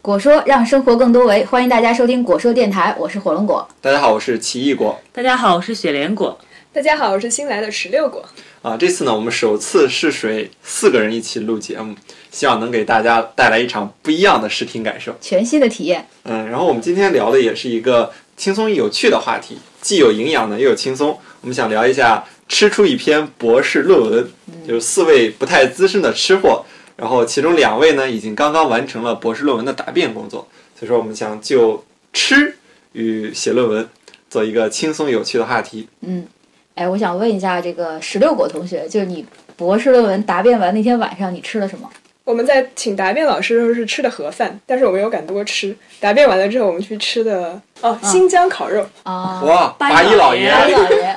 果说让生活更多维，欢迎大家收听果说电台，我是火龙果。大家好，我是奇异果大家好，我是雪莲果。大家好，我是新来的石榴果。啊。这次呢，我们首次试水，四个人一起录节目，希望能给大家带来一场不一样的视听感受。全新的体验，嗯，然后我们今天聊的也是一个轻松有趣的话题，既有营养呢，又有轻松。我们想聊一下吃出一篇博士论文，就是四位不太资深的吃货，然后其中两位呢已经刚刚完成了博士论文的答辩工作，所以说我们想就吃与写论文做一个轻松有趣的话题。嗯，哎，我想问一下这个石榴果同学，就是你博士论文答辩完那天晚上，你吃了什么？我们在请答辩老师的时候是吃的盒饭，但是我没有敢多吃。答辩完了之后，我们去吃的哦新疆烤肉，啊，哇，八八一一老老爷爷，哎老爷。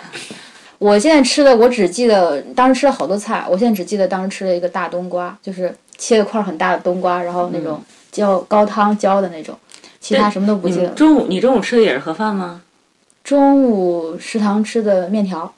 我现在吃的，我只记得当时吃了好多菜，我现在只记得当时吃了一个大冬瓜，就是切了块很大的冬瓜，然后那种浇高汤浇的那种，其他对嗯什么都不你记得们了。中午你中午吃的也是盒饭吗？中午食堂吃的面条，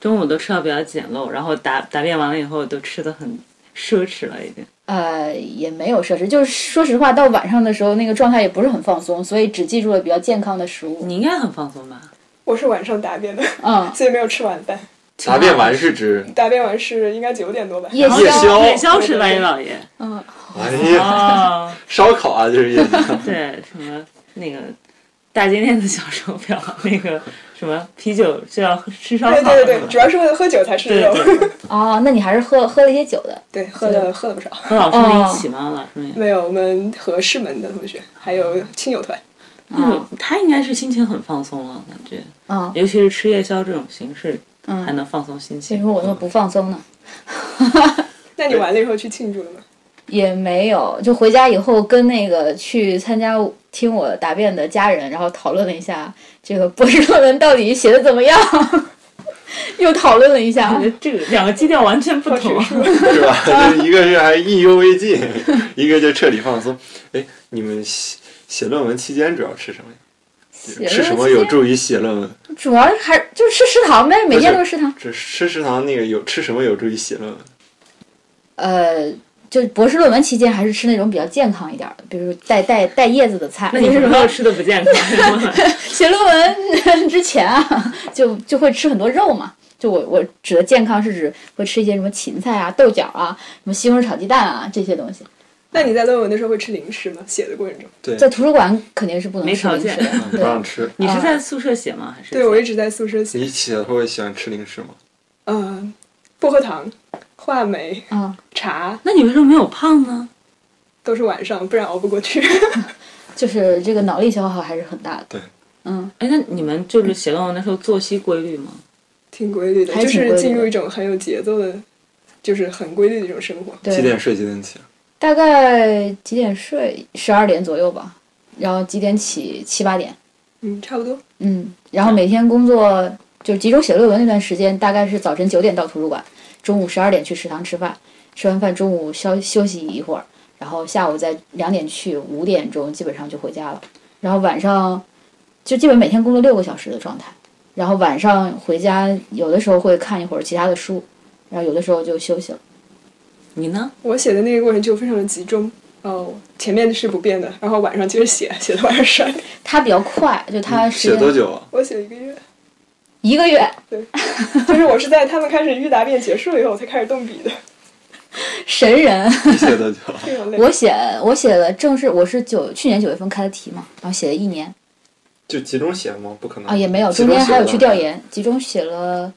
中午都吃的比较简陋，然后答答辩完了以后都吃的很奢侈了，已经。呃，也没有设施，就是说实话，到晚上的时候那个状态也不是很放松，所以只记住了比较健康的食物。你应该很放松吧？我是晚上答辩的，嗯，所以没有吃晚饭。答辩完是指，答辩完是应该九点多吧？夜夜宵夜宵吃八一老爷。嗯，哎呀，啊哦，烧烤啊，就是夜宵。对，什么那个大金链子小手表，那个什么啤酒是要吃烧烤的对吗。对对对，主要是为了喝酒才吃对肉。对对，哦，那你还是喝喝了一些酒的，对，喝了喝了不少。和老师们一起吗？老师们也。没有，我们和师门的同学还有亲友团，那种他应该是心情很放松了，感觉，嗯尤其是吃夜宵这种形式，还嗯，能放松心为情什。么我那么不放松呢？那你完了以后去庆祝了吗？也没有，就回家以后跟那个去参加听我答辩的家人，然后讨论了一下这个博士论文到底写的怎么样， 又讨论了一下感。觉这个两个基调完全不指同。数，是吧？啊就是一个是还意犹未尽，一个就彻底放松。哎，你们写写论文期间主要吃什么呀？吃什么有助于写论文？主要还是就是吃食堂呗，每天都是食堂。这吃食堂那个有吃什么有助于写论文？呃，就博士论文期间还是吃那种比较健康一点儿的，比如带带带叶子的菜。 那你就是是不说是 吃的不健 康？写论文之前啊，就就会吃很多肉嘛。就我我指的健康是指会吃一些什么芹菜啊、豆角啊、什么西红柿炒鸡蛋啊这些东西。那你在论文的时候会吃零食吗？写的过程中，对，在图书馆肯定是不能没吃条零食件的，嗯不对，让吃。你是在宿舍写吗？还是对我一直在宿舍写，你写的时候喜欢吃零食吗？嗯，薄荷糖、话梅、啊、茶那你为什么没有胖呢？都是晚上，不然熬不过去。 就是这个脑力消耗还是很大的。对，嗯，哎，那你们就是写论文的时候作息规律吗？挺规律的，还就挺规律是的进入一种很有节奏的，就是很规律的一种生活。几对，点睡几点起？啊大概几点睡？十二点左右吧，然后几点起？七八点。嗯，差不多。嗯，然后每天工作就集中写论文那段时间，大概是早晨九点到图书馆，中午十二点去食堂吃饭，吃完饭中午休休息一会儿，然后下午再两点去，五点钟基本上就回家了，然后晚上就基本每天工作六个小时的状态，然后晚上回家有的时候会看一会儿其他的书，然后有的时候就休息了。你呢？我写的那个过程就非常的集中，哦，前面是不变的，然后晚上接着写，写到晚上十二点。他比较快，就他时写间多久啊？我写了一个月，一个月，就是我是在他们开始预答辩结束了以后，我才开始动笔的，神人。你写多久？啊 非常累。我写我写了正式，我是九去年九月份开的题嘛，然后写了一年。就集中写吗？不可能啊，也没有，集中中间写还有吗去调。研，集中写了。哦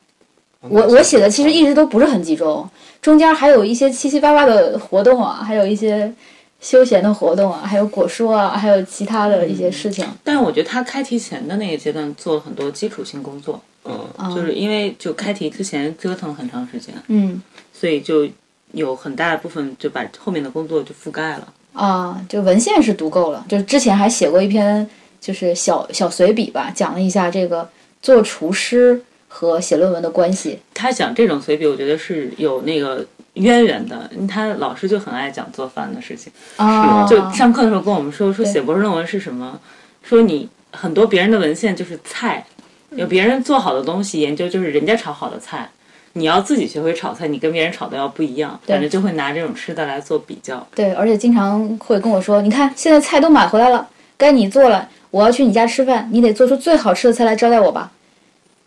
我我写的其实一直都不是很集中，中间还有一些七七八八的活动啊，还有一些休闲的活动啊，还有果蔬啊，还有其他的一些事情。但是我觉得他开题前的那个阶段做了很多基础性工作，嗯，啊就是因为就开题之前折腾很长时间，嗯所以就有很大的部分就把后面的工作就覆盖了。啊，就文献是读够了，就是之前还写过一篇就是小小随笔吧，讲了一下这个做厨师和写论文的关系。他讲这种随笔，我觉得是有那个渊源的。他老师就很爱讲做饭的事情，啊，就上课的时候跟我们说说对写博士论文是什么，说你很嗯多别人的文献就是菜，有别人做好的东西研究就是人家炒好的菜，你要自己学会炒菜，你跟别人炒的要不一样，对反正就会拿这种吃的来做比较。对，而且经常会跟我说，你看现在菜都买回来了，该你做了，我要去你家吃饭，你得做出最好吃的菜来招待我吧。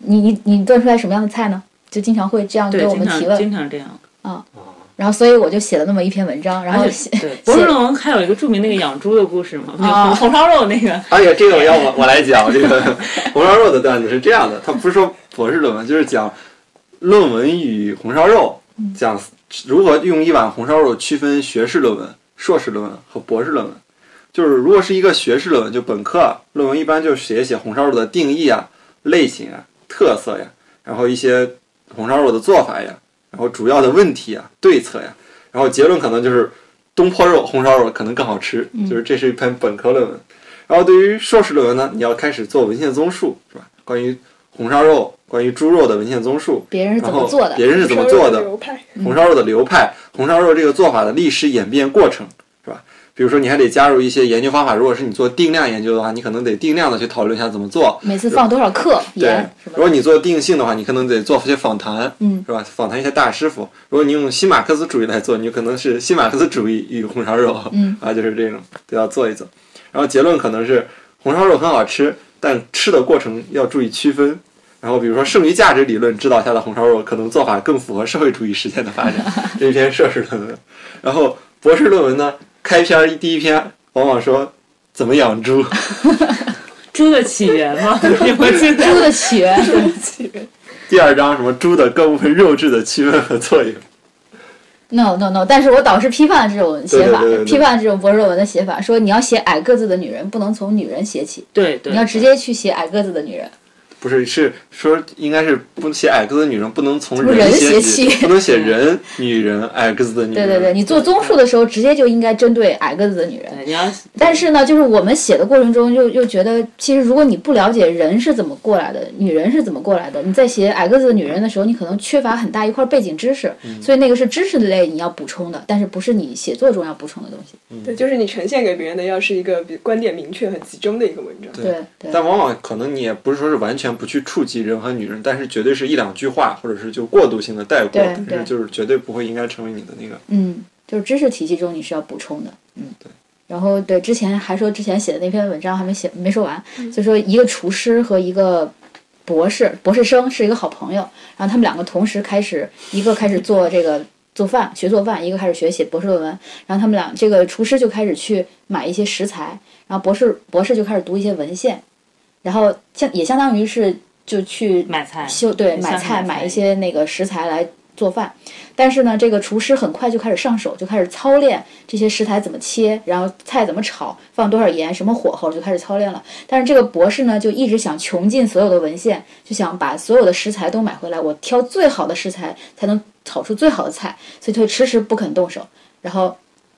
你你你炖出来什么样的菜呢？就经常会这样对给，我经们常提问，经常这样。哦然后所以我就写了那么一篇文章，然后而写且对，博士论文还有一个著名那个养猪的故事嘛，啊红 红烧肉 那个。而且哎这个我要我我来讲，这个 红烧肉的段子是这样的，他不是说博士论文，就是讲论文与红烧肉，讲如何用一碗红烧肉区分学士论文、硕士论文和博士论文。就是如果是一个学士论文，就本科啊论文，一般就写一写红烧肉的定义啊、类型啊、特色呀，然后一些红烧肉的做法呀，然后主要的问题啊、对策呀，然后结论可能就是东坡肉、红烧肉可能更好吃，就是这是一篇本科论文。然后对于硕士论文呢，你要开始做文献综述，是吧？关于红烧肉、关于猪肉的文献综述，别人是怎然么后做的，别人是怎么做的，流派？红烧肉的流派，红烧肉这个做法的历史演变过程，是吧？比如说，你还得加入一些研究方法。如果是你做定量研究的话，你可能得定量的去讨论一下怎么做。每次放多少克对盐是，吧？如果你做定性的话，你可能得做些访谈，嗯，是吧？访谈一些大师傅。如果你用新马克思主义来做，你就可能是新马克思主义与红烧肉，嗯， 啊，就是这种都要做一做。然后结论可能是红烧肉很好吃，但吃的过程要注意区分。然后比如说剩余价值理论指导下的红烧肉，可能做法更符合社会主义实践 的发展，这一篇硕士论文。然后博士论文呢，开篇儿第一篇往往说怎么养猪。猪的起源 嘛，你们记得猪的起源，第二章什么猪的各部分肉质的区分和作用。 No no no！但是我导师批判了这种写法，对对对对对批判了这种博士论文的写法，说你要写矮个子的女人，不能从女人写起，对对，你要直接去写矮个子的女人。不是，是说应该是不写矮个子的女人不能从从人写写起不能写人、女人、矮个子的女对人。对对，你做综述的时候，直接就应该针对矮个子的女人。对你要但是呢，就是我们写的过程中又，又觉得，其实如果你不了解人是怎么过来的，女人是怎么过来的，你在写矮个子的女人的时候，你可能缺乏很大一块背景知识，所以那个是知识类你要补充的，但是不是你写作中要补充的东西。对，就是你呈现给别人的要是一个比观点明确、很集中的一个文章。对对但往往可能你也不是说是完全不去触及人和女人，但是绝对是一两句话，或者是就过渡性的带过，对但对是就是绝对不会应该成为你的那个。嗯，就是知识体系中你是要补充的，嗯，对。然后对，之前还说之前写的那篇文章还没写没说完，就说一个厨师和一个博士博士生是一个好朋友，然后他们两个同时开始，一个开始做这个做饭学做饭，一个开始学写博士论文，然后他们俩这个厨师就开始去买一些食材，然后博士博士就开始读一些文献，然后相也相当于是就去买菜，就对买像菜买买菜一些那个食材来做饭。但是呢，这个厨师很快就开始上手，就开始操练这些食材怎么切，然后菜怎么炒，放多少盐，什么火候，就开始操练了。但是这个博士呢，就一直想穷尽所有的文献，就想把所有的食材都买回来，我挑最好的食材才能炒出最好的菜，所以他就迟迟不肯动手。然后，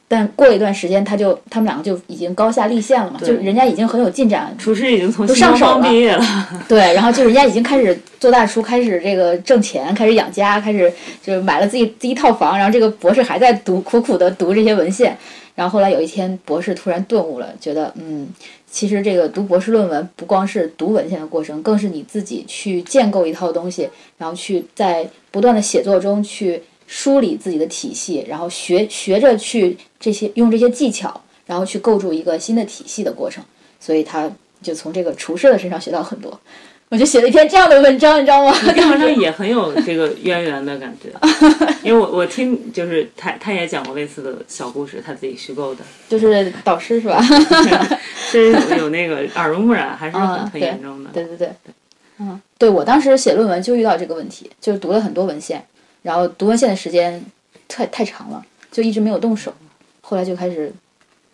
但过了一段时间，他就他们两个就已经高下立现了嘛，就人家已经很有进展，厨师已经从都新上东手方了毕业了，对，然后就人家已经开始做大厨，开始这个挣钱，开始养家，开始就买了自己自己一套房。然后这个博士还在读，苦苦的读这些文献。然后后来有一天，博士突然顿悟了，觉得嗯，其实这个读博士论文不光是读文献的过程，更是你自己去建构一套东西，然后去在不断的写作中去梳理自己的体系，然后学学着去这些用这些技巧，然后去构筑一个新的体系的过程。所以他就从这个厨师的身上学到很多。我就写了一篇这样的文章，你知道吗？ 这文章也很有这个渊源的感觉，因为我我听就是他他也讲过类似的小故事，他自己虚构的，就是导师是吧？这有有那个耳濡目染，还是很嗯很对严重的。对对对，嗯，对我当时写论文就遇到这个问题，就是读了很多文献，然后读文献的时间太太长了，就一直没有动手，后来就开始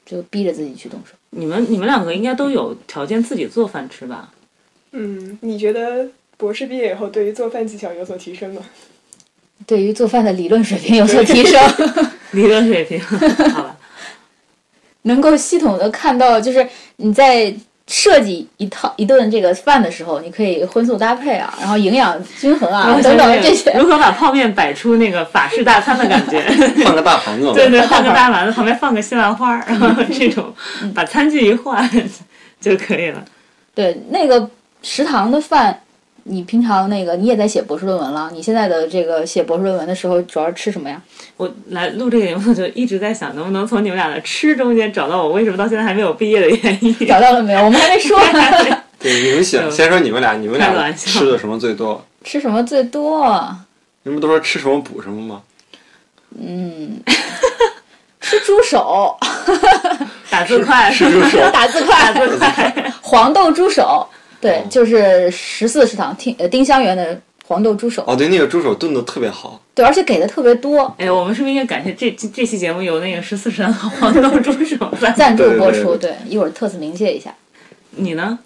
就逼着自己去动手。你们你们两个应该都有条件自己做饭吃吧？嗯，你觉得博士毕业以后对于做饭技巧有所提升吗？对于做饭的理论水平有所提升，理论水 平，好吧，能够系统的看到，就是你在设计一套一顿这个饭的时候，你可以荤素搭配啊，然后营养均衡啊，等等这些。如何把泡面摆出那个法式大餐的感觉？ 换个大盘子，对对，放个大丸子，旁边放个西兰花儿，然后这种嗯把 餐具一换就可以了。对，那个食堂的饭你平常那个你也在写博士论文了，你现在的这个写博士论文的时候，主要是吃什么呀？我来录这个节目，我就一直在想，能不能从你们俩的吃中间找到我为什么到现在还没有毕业的原因。 找到了没有？我们还没说呢。 对，你们先嗯先说你们俩，你们开个俩玩笑吃的什么最多？吃什么最多？你们不都说吃什么补什么吗？嗯，吃猪手，，打字快，吃猪手打字快，黄豆猪手，对，哦就是十四食堂丁呃丁香园的黄豆猪手，哦，对，那个猪手炖的特别好，对，而且给的特别多，哎，我们是不是应该感谢这这这期节目有那个十四神和黄豆助手在？赞助对对播对出，对，一会儿特此鸣谢一下。你呢？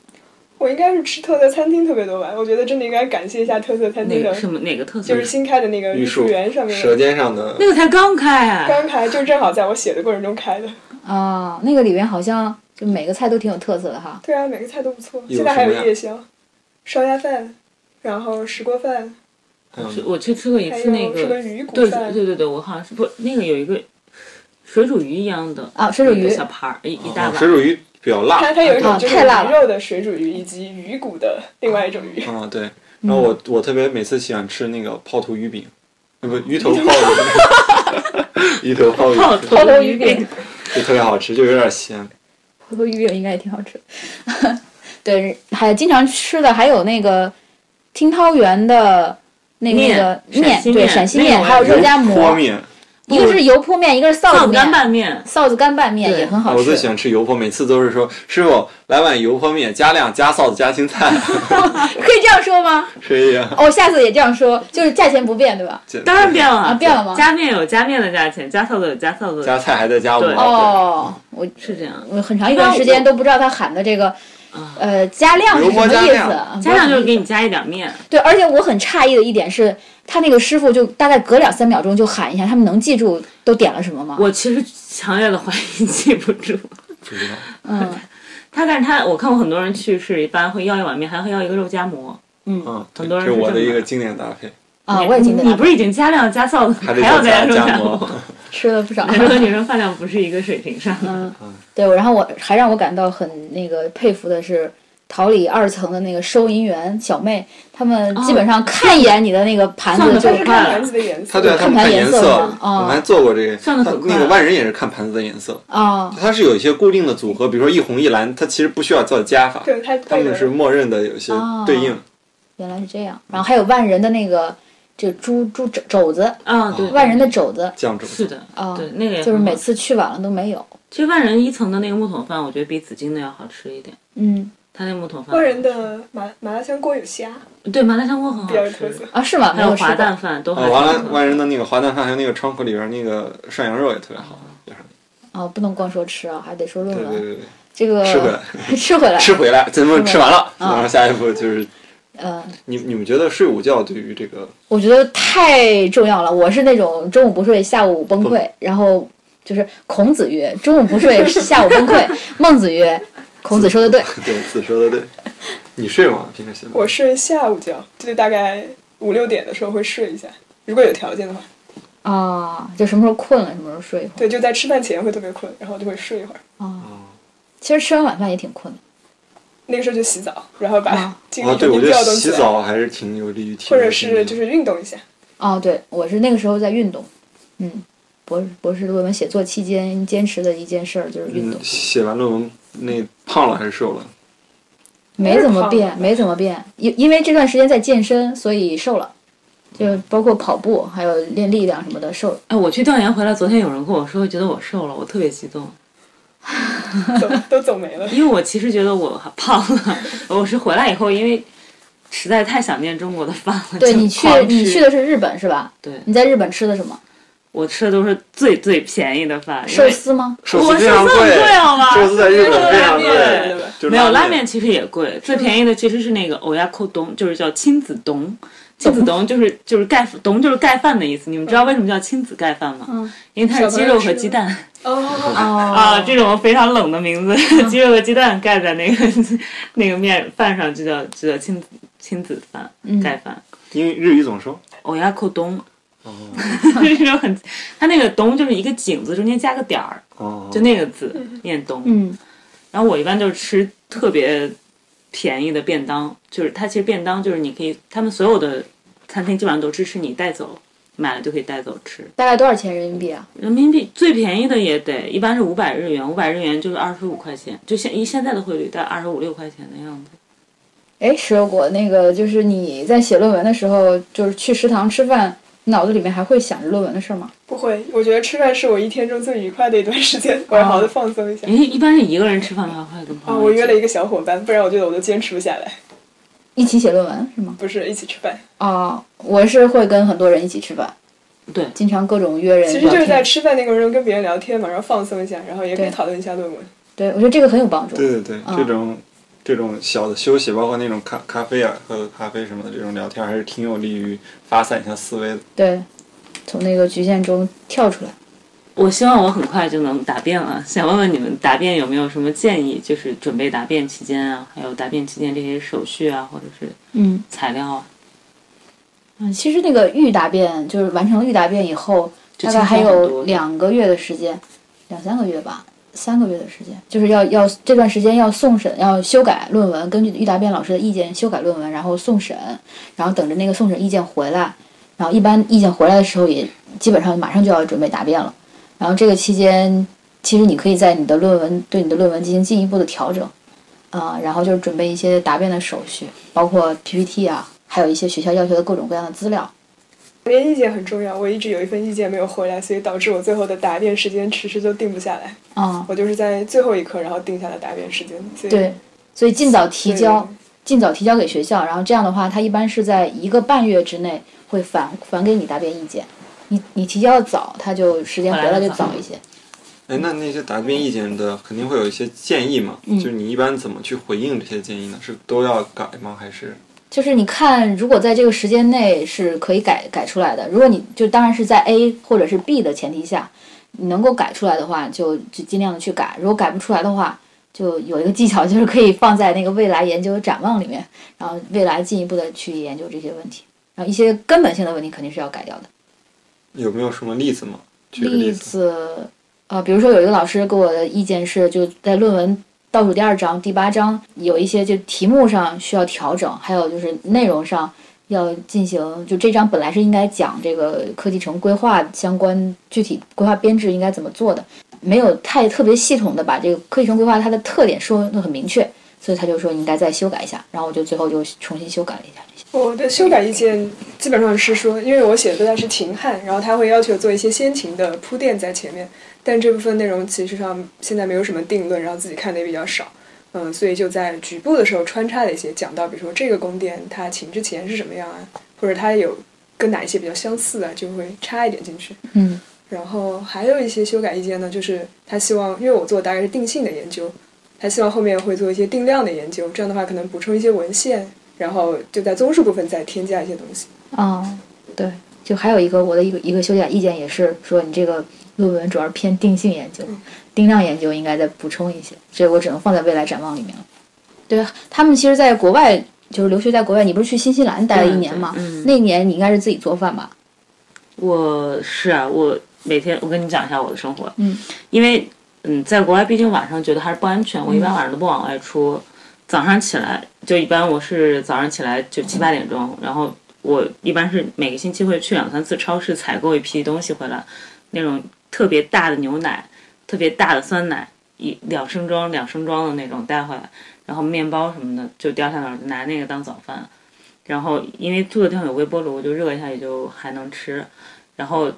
我应该是吃特色餐厅特别多吧，我觉得真的应该感谢一下特色餐哪厅个的，什么哪个特色？就是新开的那个玉玉树树园上面舌尖上的那个才刚开啊！刚开，就正好在我写的过程中开的。啊，那个里面好像就每个菜都挺有特色的哈。对啊，每个菜都不错。有现在还什么有呀夜宵、烧鸭饭，然后石锅饭，嗯我去吃过一还次那有什么个，鱼骨对饭。对对对，我好像是不那个有一个水煮鱼一样的啊水煮鱼一个小盘儿一一大哦碗，水煮鱼比较辣它，它有一种啊就是太辣了鱼肉的水煮鱼，以及鱼骨的另外一种哦鱼。嗯，对。然后我我特别每次喜欢吃那个泡头鱼饼，呃不鱼头泡鱼饼， 鱼头泡鱼泡饼头泡头鱼鱼饼，就特别好吃，就有点咸。回头鱼饼应该也挺好吃的。 对，还经常吃的还有那个听涛园的那个那面个陕面，西对，面陕西那个面，我还有也肉夹油泼馍，面，啊一个是油泼面，一个是臊泡子干面，拌面，臊子干拌面对也很好我最喜吃。欢吃油泼，每次都是说师傅来碗油泼面，加量加臊子加青菜， 可以这样说吗？是一样。哦，下次也这样说，就是价钱不变，对吧？这当然变了啊变了吗加面有加面的价钱，加臊子有加臊子的，加菜还在加五对毛。哦，我是这样。我很长一段时间都不知道他喊的这个啊，呃，加量是什么油泼意加思量啊？加上就是给你加一点面，啊对，而且我很诧异的一点是，他那个师傅就大概隔两三秒钟就喊一下，他们能记住都点了什么吗？我其实强烈的怀疑记不住。不知道嗯， 他，但是他，我看过很多人去是一般会要一碗面，还会要一个肉夹馍。嗯，对很多人这是是我这的么一个买经典搭配，啊，你我也记得你不是已经加量加臊子，还还得要加肉加夹馍 馍？。 吃了不少。男生和女生饭量不是一个水 平上。嗯，对，我然后我还让我感到很那个佩服的是。桃李二层的那个收银员小妹，他们哦基本上看一眼你的那个盘算子了就算它是了看盘子的颜色。他对啊他们看看颜色色嘛，啊我们还做过这个。上得很快那个万人也是看盘子的颜色，啊，它是有一些固定的组合，比如说一红一蓝，它其实不需要做加法，对，它他对们是的。默认的有一些哦对应。原来是这样。然后还有万人的那个这个猪猪肘肘子，哦啊，对，万人的肘子酱汁是的，啊，对，那个也就是很好每次去晚了都没有。其实万人一层的那个木桶饭，我觉得比紫金的要好吃一点。嗯他那木桶饭，个人的麻麻辣香锅有虾，对麻辣香锅很比较好有特吃色，。啊，是吗？还没有有吃滑过。蛋饭都还啊，挺完好了吃，万人的那个滑蛋饭，还有那个窗口里边那个涮羊肉也特别好，也是哦，不能光说吃啊，还得说论对文。对对对，这个吃回来， 吃回来， 吃回来，咱们吃回来吃完了，啊然后下一步就是嗯，你你们觉得睡午觉对于这个 我觉得太重要了。我是那种中午不睡，下午崩溃，然后就是孔子曰：“中午不睡，下午崩溃。” 孟子曰：“孔子说的对。对子说 的对，你睡吗？平时睡吗？我睡下午觉，就大概五六点的时候会睡一下，如果有条件的话。”啊，就什么时候困了，什么时候睡一会儿对，就在吃饭前会特别困，然后就会睡一会儿。啊。哦其实吃完晚饭也挺困的那个时候就洗澡，然后把啊 精啊，力对，重我新觉调得动洗起来，澡还是挺有利于体或力者精是力就是运动一下。啊。对，我是那个时候在运动，嗯，博博士论文写作期间坚持的一件事儿就是运嗯动，，写完论文那胖了还是瘦了？没怎么变，没怎么变，因因为这段时间在健身，所以瘦了。就包括跑步，还有练力量什么的，瘦了。哎，我去调研回来，昨天有人跟我说，觉得我瘦了，我特别激动，。走都走没了因为我其实觉得我胖了，我是回来以后，因为实在太想念中国的饭了，对就你去狂你吃去的是日本是吧？对你在日本吃的什么？我吃的都是最最便宜的饭，因寿为司吗？寿我司非寿常司很贵，啊贵好 吗寿司在日本非常没有拉面贵，就是没有拉面面。其实也贵，最便宜的其实是那个欧亚扣东，就是叫亲子丼。亲子丼就是就是盖丼就是盖饭的意思，你们知道为什么叫亲子盖饭吗？嗯，因为它是鸡肉和鸡蛋 哦，哦啊，这种非常冷的名嗯字， 鸡肉和鸡蛋盖在那个 那个面饭上就叫就叫亲子亲子饭嗯盖饭。因为日语总说，欧亚扣东， 就是这种很，它那个东就是一个井字中间加个点儿，哦，就那个字念东。嗯然后我一般就是吃特别便宜的便当，就是它其实便当就是你可以，他们所有的餐厅基本上都支持你带走，买了就可以带走吃。大概多少钱人民币啊？人民币最便宜的也得一般是五百日元，五百日元就是二十五块钱，就现以现在的汇率大概二十五六块钱的样子。哎，石榴果，那个就是你在写论文的时候，就是去食堂吃饭，脑子里面还会想着论文的事儿吗？不会，我觉得吃饭是我一天中最愉快的一段时间，我要好好的放松一下。哦人家一般是一个人吃饭的话会跟朋啊，友。我约了一个小伙伴，不然我觉得我都坚持不下来。一起写论文是吗？不是一起吃饭，哦，我是会跟很多人一起吃饭，对经常各种约人其聊实天。就是在吃饭那个过程中跟别人聊天嘛，然后放松一下，然后也可以对讨论一下论文。对，我觉得这个很有帮助。对对对，这种这种小的休息，包括那种咖咖啡啊，喝咖啡什么的，这种聊天还是挺有利于发散一下思维的。对，从那个局限中跳出来。我希望我很快就能答辩了。 想问问你们答辩有没有什么建议？就是准备答辩期间啊，还有答辩期间这些手续啊，或者是嗯材料啊，嗯，其实那个预答辩就是完成了预答辩以后，大概还轻松很多有两个月的时间，两三个月吧，三个月的时间，就是要要这段时间要送审，要修改论文，根据预答辩老师的意见修改论文，然后送审，然后等着那个送审意见回来，然后一般意见回来的时候也基本上马上就要准备答辩了，然后这个期间，其实你可以在你的论文对你的论文进行进一步的调整，啊、然后就是准备一些答辩的手续，包括 PPT 啊，还有一些学校要求的各种各样的资料。答辩意见很重要，我一直有一份意见没有回来，所以导致我最后的答辩时间迟迟都定不下来。啊、我就是在最后一刻，然后定下了答辩时间。所以对，所以尽早提交对，尽早提交给学校，然后这样的话，他一般是在一个半月之内会返返给你答辩意见。你你提交的早，他就时间回回来来得就早早一些。哎，那那些答辩意见的肯定会有一些建议嘛？嗯就是你一般怎么去回应这些建议呢？是都要改吗？还是就是你看，如果在这个时间内是可以改改出来的，如果你就当然是在 A 或者是 B 的前提下，你能够改出来的话，就就尽量的去改；如果改不出来的话，就有一个技巧，就是可以放在那个未来研究展望里面，然后未来进一步的去研究这些问题。然后一些根本性的问题肯定是要改掉的。有没有什么例子吗？举个例例子。子，呃，比如说有一个老师给我的意见是，就在论文倒数第二章、第八章有一些就题目上需要调整，还有就是内容上要进行，就这章本来是应该讲这个科技城规划相关具体规划编制应该怎么做的，没有太特别系统的把这个科技城规划它的特点说的很明确，所以他就说你应该再修改一下，然后我就最后就重新修改了一下这些。我的修改意见基本上是说，因为我写的它是秦汉，然后他会要求做一些先秦的铺垫在前面，但这部分内容其实上现在没有什么定论，然后自己看的也比较少，嗯，所以就在局部的时候穿插了一些，讲到比如说这个宫殿它秦之前是什么样啊，或者它有跟哪一些比较相似啊，就会插一点进去。嗯，然后还有一些修改意见呢，就是他希望，因为我做的大概是定性的研究，他希望后面会做一些定量的研究，这样的话可能补充一些文献，然后就在综述部分再添加一些东西。啊、对，就还有一个我的一个一个修改意见也是说，你这个论文主要是偏定性研究，定量研究应该再补充一些，这我只能放在未来展望里面了。对啊他们，其实在国外就是留学，在国外，你不是去新西兰待了一年吗？对嗯那一年你应该是自己做饭吧？我是啊，我每天我跟你讲一下我的生活，嗯，因为嗯，在国外毕竟晚上觉得还是不安全，我一般晚上都不往外出，早上起来就一般我是早上起来就七八点钟，然后我一般是每个星期会去两三次超市采购一批东西回来，那种特别大的牛奶，特别大的酸奶，一两升装两升装的那种带回来，然后面包什么的就第二天早上拿那个当早饭。然后因为住的地方有微波炉，就热一下也就还能吃。然后，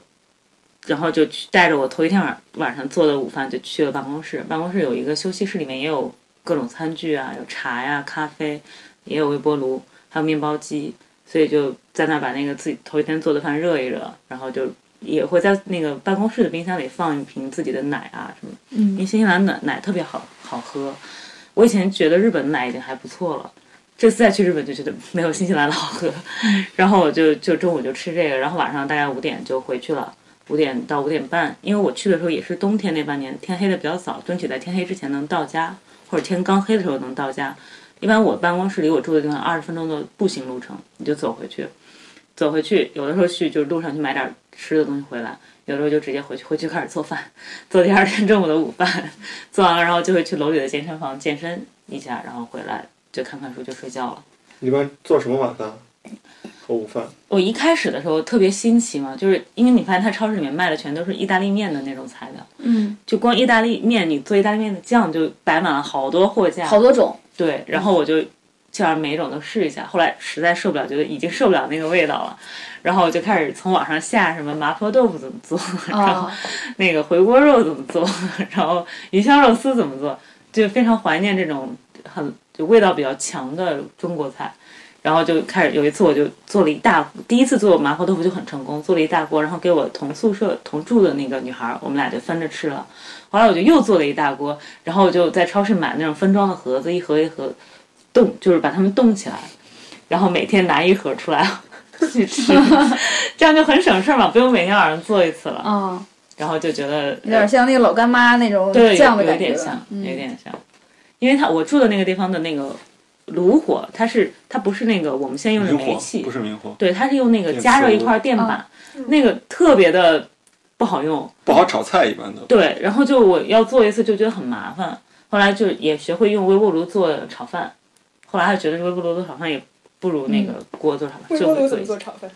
然后就去带着我头一天晚晚上做的午饭就去了办公室。办公室有一个休息室，里面也有各种餐具啊，有茶呀、咖啡，也有微波炉，还有面包机。所以就在那儿把那个自己头一天做的饭热一热，然后就也会在那个办公室的冰箱里放一瓶自己的奶啊什么的。因为新西兰的奶特别好好喝，我以前觉得日本奶已经还不错了。这次再去日本就觉得没有新西兰的好喝，然后我就就中午就吃这个，然后晚上大概五点就回去了，五点到五点半，因为我去的时候也是冬天那半年，天黑的比较早，争取在天黑之前能到家，或者天刚黑的时候能到家。一般我办公室离我住的地方二十分钟的步行路程，你就走回去，走回去，有的时候去就是路上去买点吃的东西回来，有的时候就直接回去，回去开始做饭， 做第二天中午的午饭，做完了然后就会去楼里的健身房健身一下，然后回来就看看书就睡觉了。你一般做什么晚饭和午饭？我一开始的时候特别新奇嘛，就是因为你发现它超市里面卖的全都是意大利面的那种材料，嗯，就光意大利面，你做意大利面的酱就摆满了好多货架。好多种，对，然后我就这样每一种都试一下，后来实在受不了，觉得已经受不了那个味道了，然后我就开始从网上下什么麻婆豆腐怎么做，然后啊，那个回锅肉怎么做， 然后鱼香肉丝怎么做，就非常怀念这种很就味道比较强的中国菜。然后就开始有一次我就做了一大第一次做麻婆豆腐就很成功，做了一大锅，然后给我同宿舍同住的那个女孩儿，我们俩就分着吃了。后来我就又做了一大锅，然后我就在超市买那种分装的盒子，一盒一盒冻，就是把它们冻起来，然后每天拿一盒出来去吃，这样就很省事儿嘛，不用每天晚上做一次了。啊，然后就觉得有点像那个老干妈那种对，有酱的有感觉点了像，有嗯点像，因为它我住的那个地方的那个炉火，它是它不是那个我们现在用的明煤火气不，是明火，对，它是用那个电磁加热一炉块电板，那个特别的不好用，不好炒菜一般的。对，然后就我要做一次就觉得很麻烦，后来就也学会用微波炉做炒饭，后来还觉得微波炉做炒饭也不如那个锅做炒饭，嗯微就波炉会怎么一做次炒饭？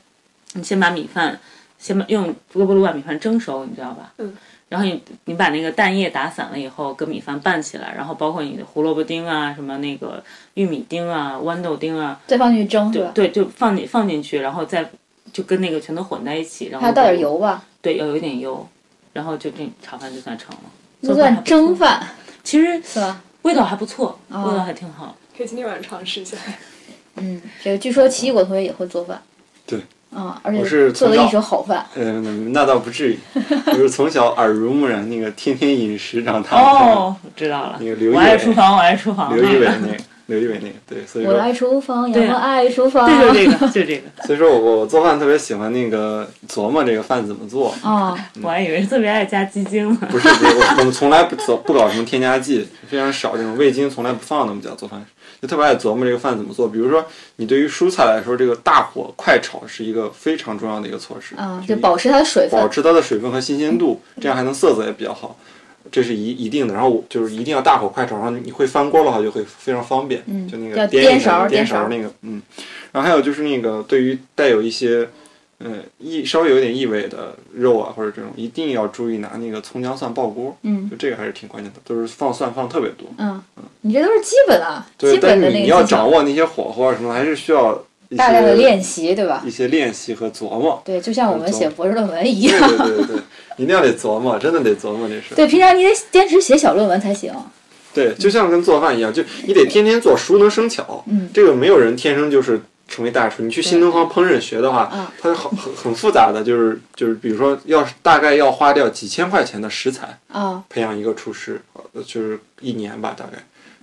你先把米饭，先把用微波炉把米饭蒸熟，你知道吧？嗯。然后你你把那个蛋液打散了以后，跟米饭拌起来，然后包括你的胡萝卜丁啊、什么那个玉米丁啊、豌豆丁啊，再放进去蒸是吧？对，就放进放进去，然后再就跟那个全都混在一起，然后还要倒点，油吧，对，要有一点油，然后就这炒饭就算成了。就做饭算还不蒸嗯错，饭其实是吧？味道还不错，哦味道还挺好。可以今天晚上尝试一下。嗯，这个据说奇异果同学也会做饭，对，啊，而我且是做的从一小手好饭，嗯，那倒不 至于，就是从小耳濡目染那个天天饮食长大的。哦，知道了那个刘，我爱烨厨房，我爱厨房，刘仪伟 那个，刘仪伟那个，对，所以我说爱厨房，阳对啊光爱厨房，对，就这 个，就这个。所以说我我做饭特别喜欢那个琢磨这个饭怎么做，啊，我还以为是特别爱加鸡 精呢。不是不是，我我们从来不做不搞什么添加剂，非常少这种味精从来不放的，我们叫做饭就特别爱琢磨这个饭怎么做。比如说，你对于蔬菜来说，这个大火快炒是一个非常重要的一个措施，啊，就就是保持它的水保分，嗯持它的水分和新鲜度，这样还能色泽也比较好，这是一一定的。然后我就是一定要大火快炒，然后你会翻锅的话就会非常方便，嗯就那要个颠颠勺颠颠勺那个，嗯。然后还有就是那个对于带有一些。嗯，异稍微有点异味的肉啊，或者这种，一定要注意拿那个葱姜蒜爆锅。嗯就这个还是挺关键的，就是放蒜放特别多。嗯，你这都是基本啊，对，基但本是的那你要个技巧掌，握那些火候啊什么，还是需要一些大量的练习，对吧？。一些练习和琢磨对，就像我们嗯写琢磨博士论文一对样，对对对对，一定要得琢磨，真的得琢磨这事儿。对，平常你得坚持写小论文才行，对，就像跟做饭一样，就你得天天做，熟能生巧。嗯这个没有人天生就是成为大厨。你去新东方烹饪学的话嗯，它是很很很复杂的，就是就是比如说要大概要花掉几千块钱的食材，啊，培养一个厨师，呃就是一年吧，大概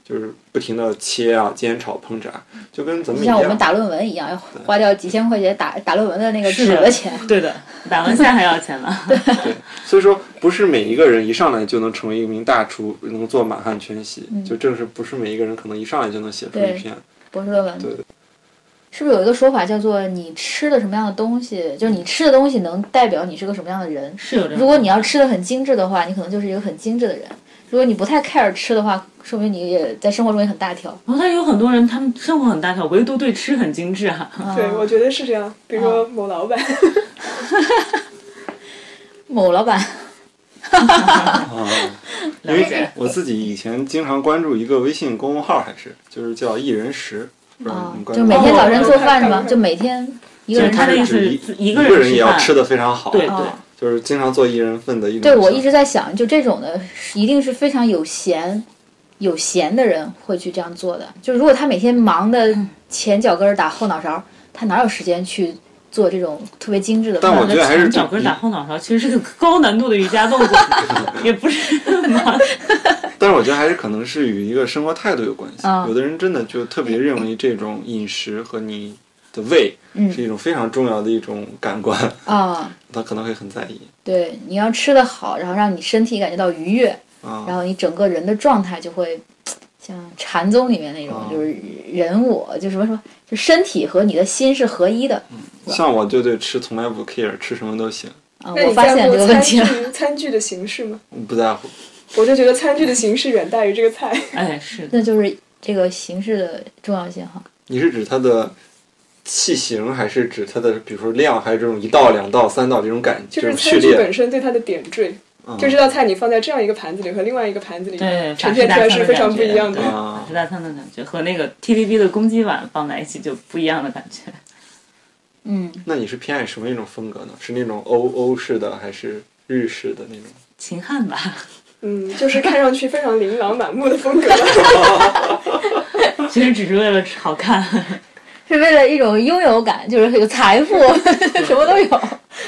就是不停的切啊、煎炒、烹炸，就跟咱就们一像我们样。打论文一样，要花掉几千块钱打打论文的那个纸啊是的钱，对的，打完饭还要 钱呢。对，所以说不是每一个人一上来就能成为一名大厨，能做满汉全席。嗯就正是不是每一个人可能一上来就能写出对一篇。博士论文。对是不是有一个说法叫做你吃的什么样的东西，就是你吃的东西能代表你是个什么样的人？嗯是有这如果你要吃的很精致的话，你可能就是一个很精致的人；如果你不太 care 吃的话，说明你也在生活中也很大条。然后他有很多人，他们生活很大条，唯独对吃很精致啊。啊对，我觉得是这样。比如说某老板，某老板啊，了解，我自己以前经常关注一个微信公众号，还是就是叫一人食，不知道啊嗯你们，关就注每吗？天早晨做饭是哦吧我？就每天一个就是人他的意吃思就是是一自一一个人人也吃要饭吃的非常好，对哦就是经常做一人份的一种对，小。我一直在想，就这种的，一定是非常有闲、有闲的人会去这样做的。就如果他每天忙的前脚跟儿打后脑勺，他哪有时间去做这种特别精致的但我饭？觉得还是前脚跟打后脑勺，其实是个高难度的瑜伽动作，也不是嘛。但是我觉得还是可能是与一个生活态度有关系。啊有的人真的就特别认为这种饮食和你的胃嗯是一种非常重要的一种感官，啊，他可能会很在意对，你要吃的好，然后让你身体感觉到愉悦，啊。然后你整个人的状态就会像禅宗里面那种哦，就是人我就什么什么，就身体和你的心是合一的。像我就对吃从来不 care，吃什么都行，啊，那我你发在现乎这个问餐题了。具餐具的形式吗？不在乎。我就觉得餐具的形式远大于这个菜。哎，是的， 那就是这个形式的重要性哈。你是指它的器型，还是指它的，比如说量，还是这种一道、两道、三道这种感，就这是种序餐具列？本身对它的点缀嗯，就这道菜你放在这样一个盘子里和另外一个盘子里对呈现出来是非常不一样的。法式大啊，餐的感觉大餐的感觉和那个 TVB 的公鸡碗放在一起就不一样的感觉。嗯，那你是偏爱什么一种风格呢？是那种欧欧式的，还是日式的那 种？秦汉吧，嗯，就是看上去非常琳琅满目的风 格。其实只是为了好看。是为了一种拥有感，就是有财 富，什么都有，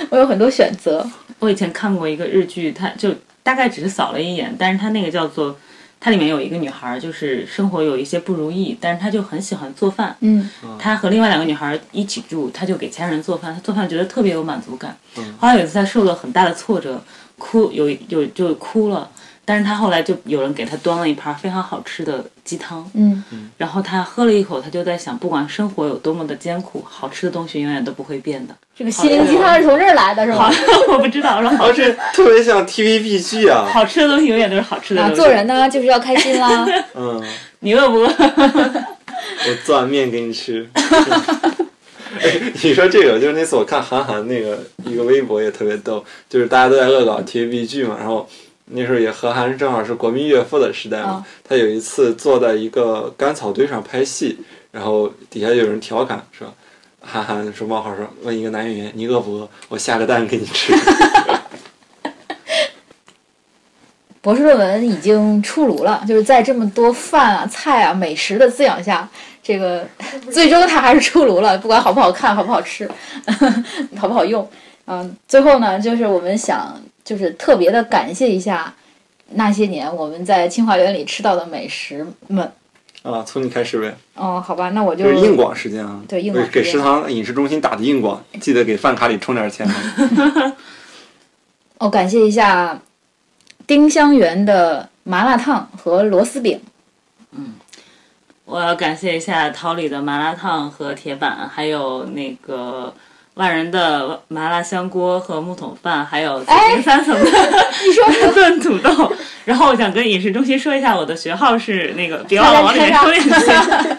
我有很多选择。我以前看过一个日剧，它就大概只是扫了一眼，但是它那个叫做，它里面有一个女孩儿，就是生活有一些不如意，但是她就很喜欢做饭。嗯，她和另外两个女孩儿一起住，她就给其他人做饭，她做饭觉得特别有满足感。后来有一次她受了很大的挫折，哭有有就哭了，但是她后来就有人给她端了一盘非常好吃的鸡汤，嗯，然后她喝了一口，她就在想，不管生活有多么的艰苦，好吃的东西永远都不会变的。 这个心灵鸡汤是从这儿来的，是吗？我不知道，然后好啊，这特别像 TVB 剧啊。好吃的东西永远都是好吃的啊，东西。做人呢就是要开心啦。嗯，你饿不饿？我做碗面给你吃。哎 你说这个，就是那次我看韩寒那个一个微博也特别逗，就是大家都在恶搞 TVB 剧嘛，然后那时候也何涵正好是国民岳父的时代嘛，啊他有一次坐在一个干草堆上拍戏，然后底下有人调侃说，韩寒说冒号说问一个男演员你饿不饿，我下个蛋给你吃。 博士论文已经出炉了，就是在这么多饭啊、菜啊、美食的滋养下，这 个最终它还是出炉了，不管好不好看、好不好吃、 好不好用。嗯，最后呢，就是我们想，就是特别的感谢一下那些年我们在清华园里吃到的美食们。啊，从你开始呗，嗯，好吧，那我就就是硬广时间啊，对硬广时间给食堂饮食中心打的硬广，记得给饭卡里充点钱啊。哦，感谢一下丁香园的麻辣烫和螺丝饼。我要感谢一下桃李的麻辣烫和铁板，还有那个万人的麻辣香锅和木桶饭，还有紫哎金三层的你说我炖土豆。然后我想跟饮食中心说一下，我的学号是那个，别忘了往里面大家说一下。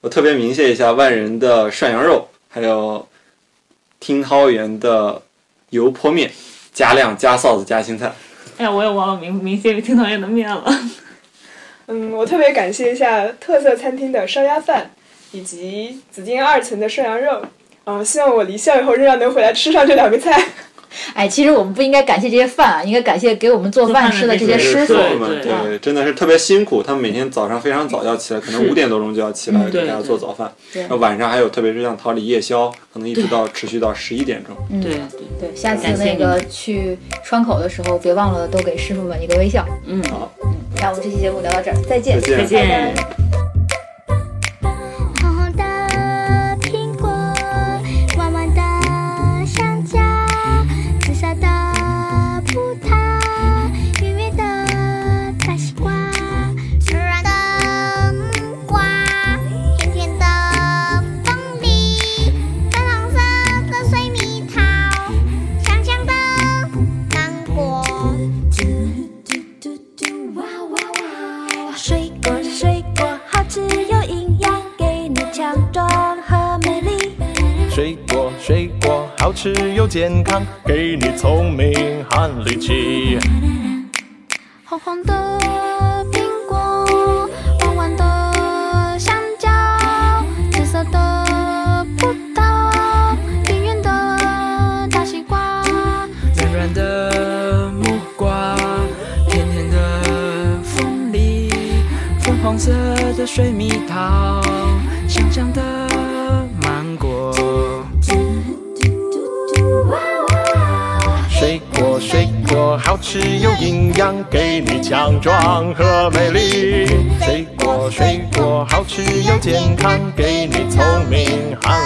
我特别鸣谢一下万人的涮羊肉，还有听涛园的油泼面，加量加臊子加青菜。哎呀，我也忘了明明谢听同学的面了。嗯，我特别感谢一下特色餐厅的烧鸭饭，以及紫金二层的涮羊肉。嗯、希望我离校以后仍然能回来吃上这两个菜。哎，其实我们不应该感谢这些饭啊，应该感谢给我们做饭吃的这些也师是傅。对们对对，真的是特别辛苦。他们每天早上非常早要起来，可能是五点多钟就要起来嗯给对大家对做早饭。对然后晚上还有，特别是像桃李夜宵，可能一直到持续到十一点钟。嗯对对，对，下次感谢那你个去窗口的时候，别忘了都给师傅们一个微笑。嗯，好，那我们这期节目聊到这儿，再见再。见再见。红红的苹果，弯弯的香蕉，紫色的葡萄，圆圆的大西瓜，软软的木瓜，甜甜的凤梨，粉红色的水蜜桃，香香的芒果。哇哇哇！水果水果好吃又营养，给你强壮和美丽。水果水果好吃又健康，给你聪明和力气。红红的苹果，弯弯的香蕉，紫色的葡萄，圆圆的大西瓜。软软的木瓜，甜甜的凤梨，粉红色的水蜜桃，香香的芒果。哇哇！水果水果好吃又营养，给你强壮和美丽。水果水果好吃又健康，给你聪明和